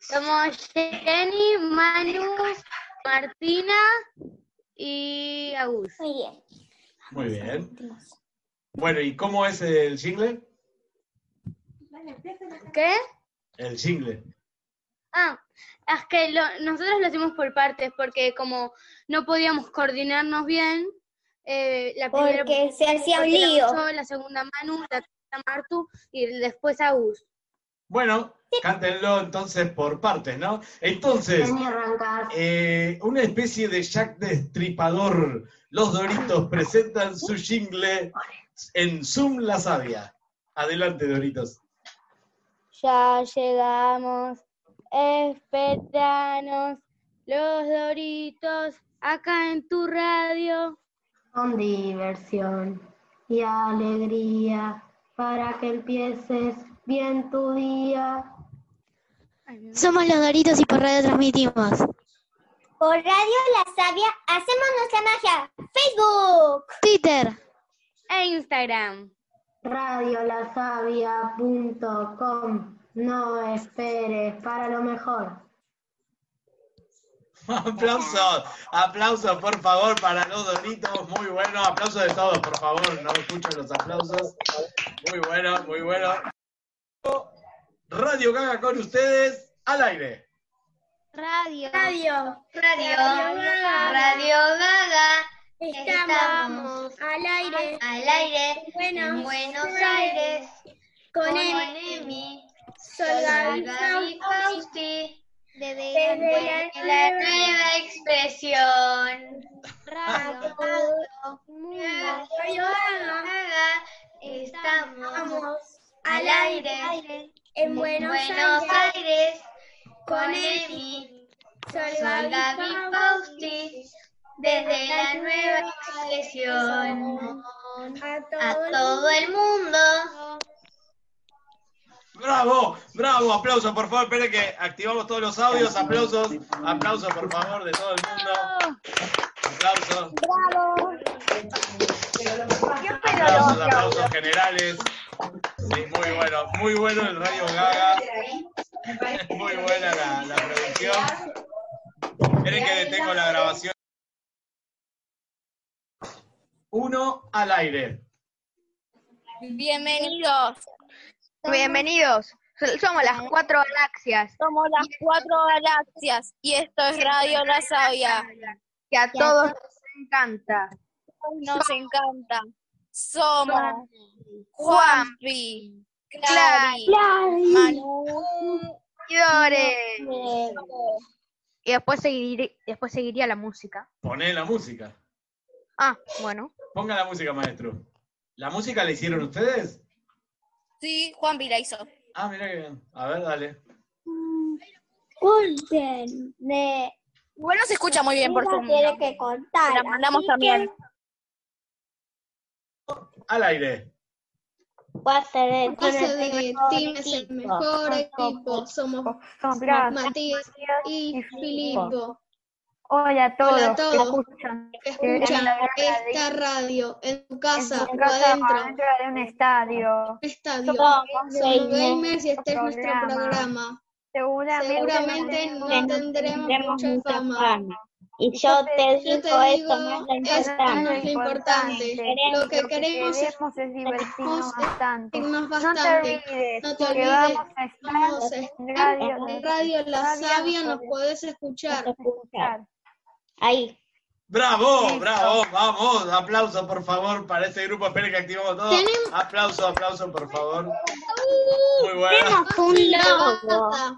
Somos Jenny, Manu, Martina y Agus. Muy bien. Muy bien. Bueno, ¿y cómo es el jingle? ¿Qué? El jingle. Ah, es que lo- nosotros lo hicimos por partes porque como no podíamos coordinarnos bien, eh, la primera Porque se hacía un parte la lío. hago yo, la segunda Manu, la tercera Martu y después Agus. Bueno, cántenlo entonces por partes, ¿no? Pues Entonces, eh, una especie de Jack Destripador. Los Doritos presentan su jingle en Zoom La Sabia. Adelante, Doritos. Ya llegamos, esperanos los doritos acá en tu radio. Con diversión y alegría para que empieces bien tu día. Somos los Doritos y por radio transmitimos. Por Radio La Sabia hacemos nuestra magia. Facebook. Twitter, E Instagram. Radiolasavia.com No esperes para lo mejor. Aplausos, aplausos por favor para los Doritos, muy bueno, aplausos de todos, por favor, no escucho los aplausos. Muy bueno, muy bueno. Radio Gaga con ustedes al aire. radio, Radio. Radio, Radio Gaga, estamos al aire. al aire en Buenos Aires con Emi, Solgar y Fausti desde la nueva expresión. radio, Radio Gaga, estamos al aire en Buenos Aires con Emi, Solgar y Fausti desde la nueva expresión. A todo el mundo. Bravo, bravo, aplausos por favor, esperen que activamos todos los audios, aplausos, aplausos por favor de todo el mundo. Aplausos, aplausos, aplausos generales. Sí, muy bueno, muy bueno el Radio Gaga. Muy buena la, la producción. Esperen que detengo la grabación. Uno al aire. Bienvenidos. Bienvenidos. Somos las cuatro galaxias. Somos las cuatro galaxias y esto es Radio La Ah, Sabia. Que a todos nos encanta. Nos encanta. Somos Juanpi, Clary, Clary, Manu, Seguidores. Y después, seguiré- después seguiría la música. Poné la música. Ah, bueno. Ponga la música, maestro. ¿La música la hicieron ustedes? Sí, Juanpi la hizo. Ah, mirá que bien. A ver, dale. Culpen. De Bueno, se escucha muy bien por Zoom. tiene ¿no? que contar. La mandamos así también. Al aire. que Va a ser el Pase de Tim es el equipo. mejor equipo. Somos Matías y Filipo. Hola a todos. Hola a todos. que escuchan. Escuchan esta radio en tu casa o adentro. de un estadio. en Estadio. Somos Somos gamers. gamers y este es nuestro Programa. programa. Seguramente, Seguramente no tendremos mucha fama. Y yo te Yo te digo esto más digo, lo esto no es importante. lo importante. Lo que queremos es es divertirnos bastante. irnos bastante. No te olvides, vamos a estar en Radio La Sabia, nos podés escuchar. Ahí. Bravo, bravo, vamos. Aplausos, por favor, para este grupo. Esperen que activamos todo. Aplauso, aplauso, por favor. Muy bueno. Tenemos un La logo. banda.